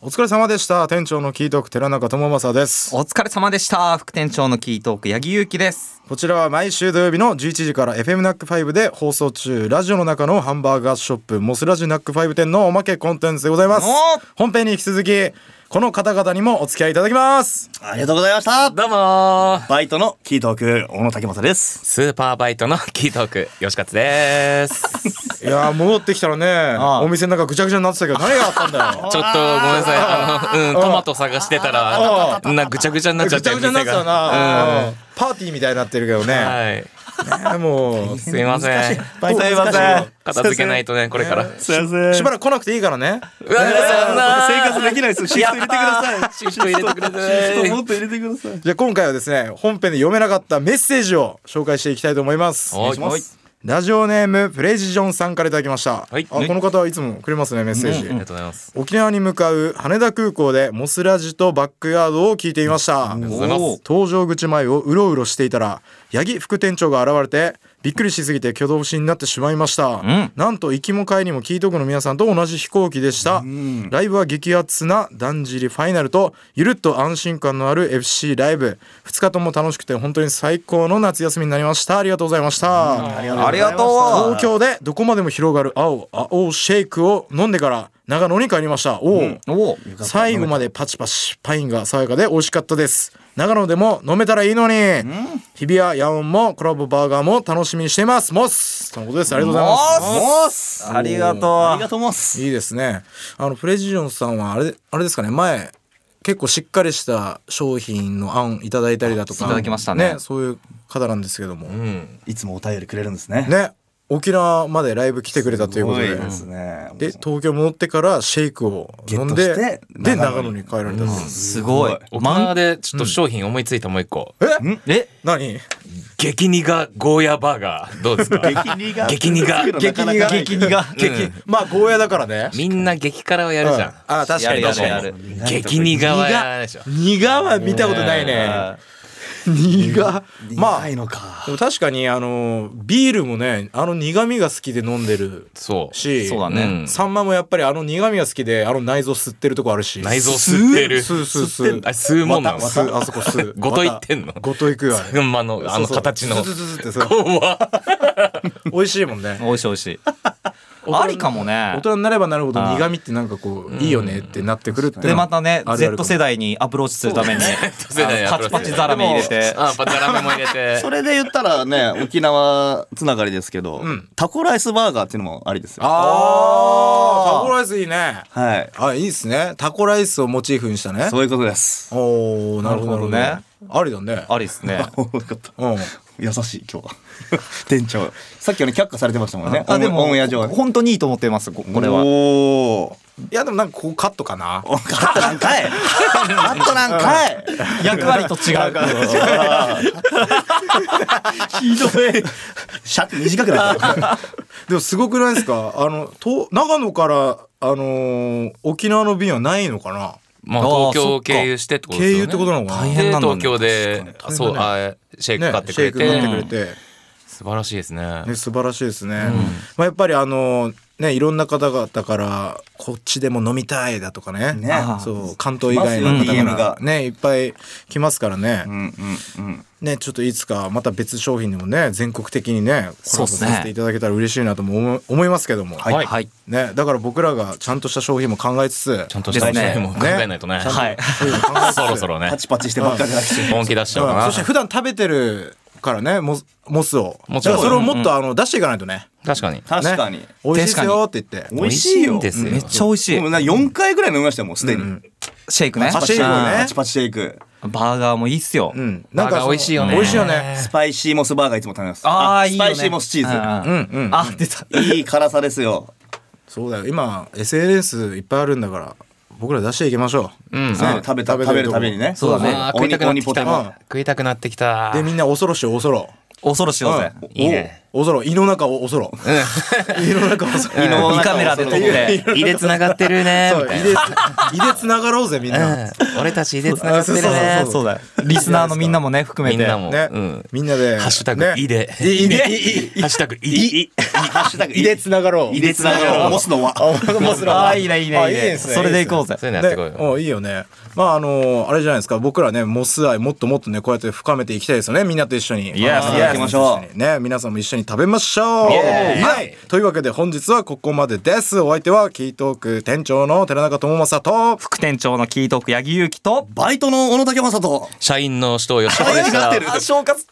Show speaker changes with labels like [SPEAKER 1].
[SPEAKER 1] お疲れ様でした店長のキートーク寺中智正です
[SPEAKER 2] お疲れ様でした。副店長のキートーク、八木ゆうきです。
[SPEAKER 1] こちらは毎週土曜日の11時から FM ナック5で放送中ラジオの中のハンバーガーショップモスラジナック5店のおまけコンテンツでございます
[SPEAKER 2] おー
[SPEAKER 1] 本編に引き続きこの方々にもお付き合いいただきます
[SPEAKER 3] ありがとうございました
[SPEAKER 4] どうもー
[SPEAKER 3] バイトのキートーク、小野武正です。
[SPEAKER 4] スーパーバイトのキートーク、吉勝です。
[SPEAKER 1] いやー戻ってきたらね
[SPEAKER 2] あ
[SPEAKER 1] お店の中ぐちゃぐちゃになってたけど何が あったんだよ
[SPEAKER 4] ちょっとごめんなさい。あの、うん、トマト探してたら、な、ぐちゃぐちゃになっち
[SPEAKER 1] ぐ
[SPEAKER 4] ゃっ
[SPEAKER 1] ち
[SPEAKER 4] て、
[SPEAKER 1] ゃぐちゃになってた
[SPEAKER 4] が
[SPEAKER 1] な、パーティーみたいになってるけど
[SPEAKER 4] うん
[SPEAKER 1] ね
[SPEAKER 4] はい。
[SPEAKER 1] ねもう
[SPEAKER 4] すいません。
[SPEAKER 3] バイトすいません。
[SPEAKER 4] 片付けないとね、これから。
[SPEAKER 3] すいません。
[SPEAKER 1] しばらく来なくていいからね
[SPEAKER 4] うわ、そんな
[SPEAKER 3] 生活できないです。シフト入れてください。
[SPEAKER 4] シフト入れてください
[SPEAKER 3] シフトもっと入れてください。
[SPEAKER 1] じゃあ今回はですね本編で読めなかったメッセージを紹介していきたいと思います
[SPEAKER 4] お願いしま
[SPEAKER 1] お
[SPEAKER 4] す
[SPEAKER 1] 願ラジオネームプレジジョンさんからいただきました、
[SPEAKER 4] はい
[SPEAKER 1] あこの方はいつもくれますねメッセージ、
[SPEAKER 4] ありがとうございます。
[SPEAKER 1] 沖縄に向かう羽田空港でモスラジとバックヤードを聞いていました、
[SPEAKER 4] りがとうございます
[SPEAKER 1] 搭乗口前をうろうろしていたら八木副店長が現れてびっくりしすぎて挙動不審になってしまいました、
[SPEAKER 4] ん
[SPEAKER 1] なんと行きも帰りもキートークの皆さんと同じ飛行機でした、ライブは激アツなだんじりファイナルとゆるっと安心感のある FC ライブ2日とも楽しくて本当に最高の夏休みになりましたありがとうございました、
[SPEAKER 2] ありがと
[SPEAKER 1] 東京でどこまでも広がる青青シェイクを飲んでから長野に帰りましたおう、
[SPEAKER 2] う。おお。
[SPEAKER 1] 最後までパチパチパインが爽やかで美味しかったです長野でも飲めたらいいのに、日比谷ヤオンもコラボバーガーも楽しみにしていますモスとのことですありがとうございます
[SPEAKER 3] モスありがとう。ありがとうモス。
[SPEAKER 1] いいですねあのプレジジョンさんはあれあれですかね前結構しっかりした商品の案いただいたりだとか
[SPEAKER 2] いただきましたね
[SPEAKER 1] そういう方なんですけども、
[SPEAKER 4] うん。
[SPEAKER 3] いつもお便りくれるんですね。
[SPEAKER 1] ね沖縄までライブ来てくれたということ
[SPEAKER 3] す
[SPEAKER 1] で
[SPEAKER 3] ごいですね。
[SPEAKER 1] で東京戻ってからシェイクを飲ん
[SPEAKER 3] ゲット
[SPEAKER 1] で
[SPEAKER 3] して
[SPEAKER 1] で長
[SPEAKER 3] 長
[SPEAKER 1] 野
[SPEAKER 3] 野
[SPEAKER 1] に
[SPEAKER 3] に
[SPEAKER 1] 帰られたんです、
[SPEAKER 2] すごい。
[SPEAKER 4] 沖縄でちょっと商品思いついたもう一個。
[SPEAKER 1] え
[SPEAKER 2] え、
[SPEAKER 1] 何
[SPEAKER 4] 激苦ゴーヤバーガー。どうですか
[SPEAKER 3] 激苦が
[SPEAKER 4] 激苦
[SPEAKER 1] 激苦激苦激
[SPEAKER 4] うん
[SPEAKER 1] まあゴーヤだからね
[SPEAKER 4] みんな激辛をやるじゃん。
[SPEAKER 1] あ確かに
[SPEAKER 2] や
[SPEAKER 1] 確
[SPEAKER 2] るや
[SPEAKER 1] か
[SPEAKER 2] る
[SPEAKER 1] に
[SPEAKER 2] やる。
[SPEAKER 4] 激苦はやらないでしょ。
[SPEAKER 1] 苦は見たことないね苦まあ
[SPEAKER 3] いのか。
[SPEAKER 1] でも確かにあのビールもねあの苦味が好きで飲んでる
[SPEAKER 4] そう。
[SPEAKER 1] し
[SPEAKER 2] そうだね
[SPEAKER 4] うん
[SPEAKER 1] サンマもやっぱりあの苦味が好きであの内臓吸ってるとこあるし
[SPEAKER 4] 内臓吸ってる。
[SPEAKER 1] 吸う吸う吸う
[SPEAKER 4] あ、吸うもんなの。
[SPEAKER 1] 吸うあそこ 吸う
[SPEAKER 4] ごといってんの
[SPEAKER 1] ごといくよあれ
[SPEAKER 4] 群馬の あの形の
[SPEAKER 1] そうそうズズズズってそう
[SPEAKER 4] 怖っ
[SPEAKER 1] 美味しいもん ね
[SPEAKER 2] 美味しい美味しい。ありか
[SPEAKER 1] 大
[SPEAKER 2] もね。
[SPEAKER 1] 人になればなるほど苦味ってなんかこういいよねってなってくるって
[SPEAKER 2] で、またね
[SPEAKER 1] あ、るある
[SPEAKER 2] Z 世代にアプローチするために、
[SPEAKER 4] 世代に
[SPEAKER 2] あの
[SPEAKER 4] ア
[SPEAKER 2] パ
[SPEAKER 4] プロー
[SPEAKER 2] チ
[SPEAKER 4] チ
[SPEAKER 2] パチザラメ入れて。
[SPEAKER 4] あパザラメも入れ て
[SPEAKER 3] それで言ったらね、沖縄つながりですけど、タコライスバーガーっていうのもありですよ。
[SPEAKER 1] あータコライスいいね
[SPEAKER 3] はい。
[SPEAKER 1] あいいですねタコライスをモチーフにしたね
[SPEAKER 3] そういうことです。
[SPEAKER 1] おおなるほどなるほど
[SPEAKER 2] なる
[SPEAKER 1] ねありだね
[SPEAKER 2] ありですね。
[SPEAKER 3] よかった。
[SPEAKER 1] うん
[SPEAKER 3] 優しい今日は 店長さっきはね却下されてましたもんね
[SPEAKER 2] あ、でも
[SPEAKER 3] オンエア上は、ね、
[SPEAKER 2] 本当にいいと思ってます、ここれは。
[SPEAKER 3] おお
[SPEAKER 1] いやでもなんかここカットかな
[SPEAKER 3] カットなんかいカットなんかい
[SPEAKER 2] 役割と違う。
[SPEAKER 3] ひどいシャツ短くなった
[SPEAKER 1] でもすごくないですかあのと長野からあのー沖縄の便はないのかな
[SPEAKER 4] まあ
[SPEAKER 2] あー
[SPEAKER 4] 東京を経由してってことですよね
[SPEAKER 1] 経由ってことなのかな
[SPEAKER 4] で
[SPEAKER 2] 大変なんだね
[SPEAKER 4] 東京で
[SPEAKER 1] 確かに
[SPEAKER 4] そう
[SPEAKER 1] 大
[SPEAKER 4] あシェイク
[SPEAKER 1] ね
[SPEAKER 4] 買って
[SPEAKER 1] シ
[SPEAKER 4] く
[SPEAKER 1] ェ
[SPEAKER 4] れ
[SPEAKER 1] イク買ってくれ
[SPEAKER 4] て
[SPEAKER 1] て
[SPEAKER 4] 素晴らしいですね
[SPEAKER 1] ね素晴らしいですねまあやっぱりあのーねいろんな方々からこっちでも飲みたいだとかね
[SPEAKER 3] ね
[SPEAKER 1] あーそう関東以外の方
[SPEAKER 3] 来ますよ
[SPEAKER 1] が
[SPEAKER 3] DM が
[SPEAKER 1] ねいっぱい来ますからね
[SPEAKER 3] うんうんうん
[SPEAKER 1] ね、ちょっといつかまた別商品でもね全国的にねコラボさせていただけたら嬉しいなとも思う思いますけども、
[SPEAKER 4] はい
[SPEAKER 2] はい。
[SPEAKER 1] ね、だから僕らがちゃんとした商品も考えつつ
[SPEAKER 4] ちゃんとした
[SPEAKER 2] ですね
[SPEAKER 4] ねもう考えないとね
[SPEAKER 2] はい。
[SPEAKER 4] そろそろね
[SPEAKER 3] パチパチしてばっかりじゃなくて
[SPEAKER 4] 本気出しちゃう
[SPEAKER 1] うん
[SPEAKER 4] か
[SPEAKER 1] そして普段食べてるからねモスモスを
[SPEAKER 4] もちろん
[SPEAKER 1] だからそれをもっとあの出していかないとね、
[SPEAKER 4] な確かに
[SPEAKER 1] ね
[SPEAKER 3] 確かに、
[SPEAKER 1] 美味しいですよって言って
[SPEAKER 3] 美味しいよ
[SPEAKER 4] 美味しいん
[SPEAKER 2] め
[SPEAKER 4] で
[SPEAKER 2] っ
[SPEAKER 4] すよ
[SPEAKER 2] ちゃ美味しい
[SPEAKER 3] もう。な4回ぐらい飲みましたよもうすでに、
[SPEAKER 2] シェイクね。
[SPEAKER 1] パ
[SPEAKER 3] パ
[SPEAKER 1] シ
[SPEAKER 3] チ
[SPEAKER 1] シェイクね
[SPEAKER 3] パチパチシェイク
[SPEAKER 2] バーガーもいいっすよ。
[SPEAKER 1] うん
[SPEAKER 4] バーガー
[SPEAKER 1] その
[SPEAKER 4] 美味しいよね
[SPEAKER 1] 美味しいよね
[SPEAKER 3] スパイシーモスバーガーいつも食べます
[SPEAKER 2] ああ、いい
[SPEAKER 3] ス
[SPEAKER 2] よ
[SPEAKER 3] パ
[SPEAKER 2] ね。
[SPEAKER 3] イシーモスチー
[SPEAKER 2] うん
[SPEAKER 1] うんうん
[SPEAKER 2] あ、出た。
[SPEAKER 3] ズ、いい辛さですよ
[SPEAKER 1] そうだよ今 SNS いっぱいあるんだから僕ら出していきましょう、
[SPEAKER 4] うん
[SPEAKER 1] ね
[SPEAKER 3] ね食べた
[SPEAKER 1] 食べてるとこ
[SPEAKER 3] 食べるためにね
[SPEAKER 2] そうだね
[SPEAKER 4] あー食いたくなってき
[SPEAKER 3] 鬼鬼ポテ
[SPEAKER 4] た食いたくなってきた
[SPEAKER 1] でみんな恐ろしい恐ろ
[SPEAKER 2] 恐ろしようぜ。
[SPEAKER 3] お
[SPEAKER 4] いいね
[SPEAKER 1] おそろ胃の中をおそろ胃の中をおそろ
[SPEAKER 3] 胃の
[SPEAKER 2] 胃カメラで撮っ
[SPEAKER 3] いや
[SPEAKER 2] て
[SPEAKER 4] 胃で繋がってるね
[SPEAKER 1] そう
[SPEAKER 4] みたい
[SPEAKER 1] 胃で胃でつながろうぜみんな
[SPEAKER 4] なうん俺たち胃で繋がってるね
[SPEAKER 1] そうだ
[SPEAKER 2] リスナーのみんなもね含め
[SPEAKER 4] みん
[SPEAKER 2] て
[SPEAKER 4] なも
[SPEAKER 1] ね
[SPEAKER 4] うん
[SPEAKER 1] みんなで
[SPEAKER 4] ハッシュタグ
[SPEAKER 1] ね
[SPEAKER 4] 胃で
[SPEAKER 1] いいね
[SPEAKER 4] ハッシュタグ胃胃
[SPEAKER 3] ハッシュタグ
[SPEAKER 1] 胃でつながろう
[SPEAKER 3] 胃でつながろう。モスのは。
[SPEAKER 1] あ面白い
[SPEAKER 2] ああいいねいいね
[SPEAKER 1] あ
[SPEAKER 2] いい
[SPEAKER 1] で
[SPEAKER 2] ね
[SPEAKER 1] すね
[SPEAKER 2] それでいこう
[SPEAKER 1] いい
[SPEAKER 2] ぜ
[SPEAKER 4] そういうのやってこい
[SPEAKER 1] で
[SPEAKER 4] よ
[SPEAKER 1] おいいよねまああのあれじゃないですか僕らねモス愛もっともっとねこうやって深めていきたいですよねみんなと一緒に
[SPEAKER 4] Yes
[SPEAKER 1] や
[SPEAKER 3] Yes 行きましょ
[SPEAKER 1] うね皆さんも一緒に食べましょう
[SPEAKER 4] Yes
[SPEAKER 1] はいというわけで本日はここまでですお相手はキートーク店長の寺中智正と
[SPEAKER 2] 副店長のキートーク八木勇樹と
[SPEAKER 3] バイトの小野武正と。
[SPEAKER 4] 社員の人を吉本でした
[SPEAKER 2] あ正月